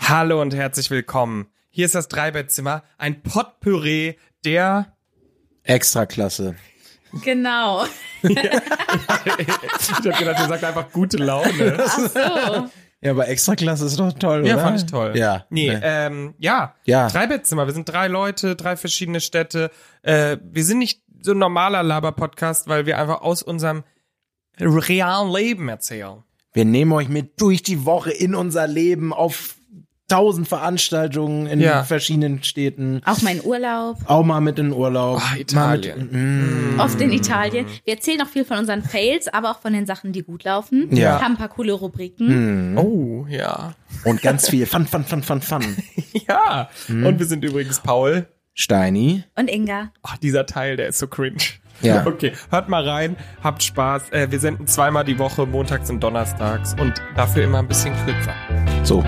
Hallo und herzlich willkommen. Hier ist das Dreibettzimmer, ein Potpüree der Extraklasse. Genau. Ich habe gedacht, ihr sagt einfach gute Laune. Ach so. Ja, aber Extraklasse ist doch toll, Ja, oder? fand ich toll. Ja. Nee, Nee. ähm, ja. Ja. Dreibettzimmer. Wir sind drei Leute, drei verschiedene Städte. Äh, wir sind nicht so ein normaler Laber-Podcast, weil wir einfach aus unserem realen Leben erzählen. Wir nehmen euch mit durch die Woche in unser Leben auf tausend Veranstaltungen in Ja. verschiedenen Städten. Auch mein Urlaub, Auch mal mit in den Urlaub. Ah, Mal mit- Italien. oft in Italien. Wir erzählen auch viel von unseren Fails, aber auch von den Sachen, die gut laufen. Ja. Haben ein paar coole Rubriken. Oh, ja. Und ganz viel Fun, Fun, Fun, Fun, Fun. Ja. Hm. Und wir sind übrigens Paul. Steini. Und Inga. Ach, Oh, dieser Teil, der ist so cringe. Ja. Okay, hört mal rein, habt Spaß. Äh, wir senden zweimal die Woche, montags und donnerstags und dafür immer ein bisschen kürzer. So.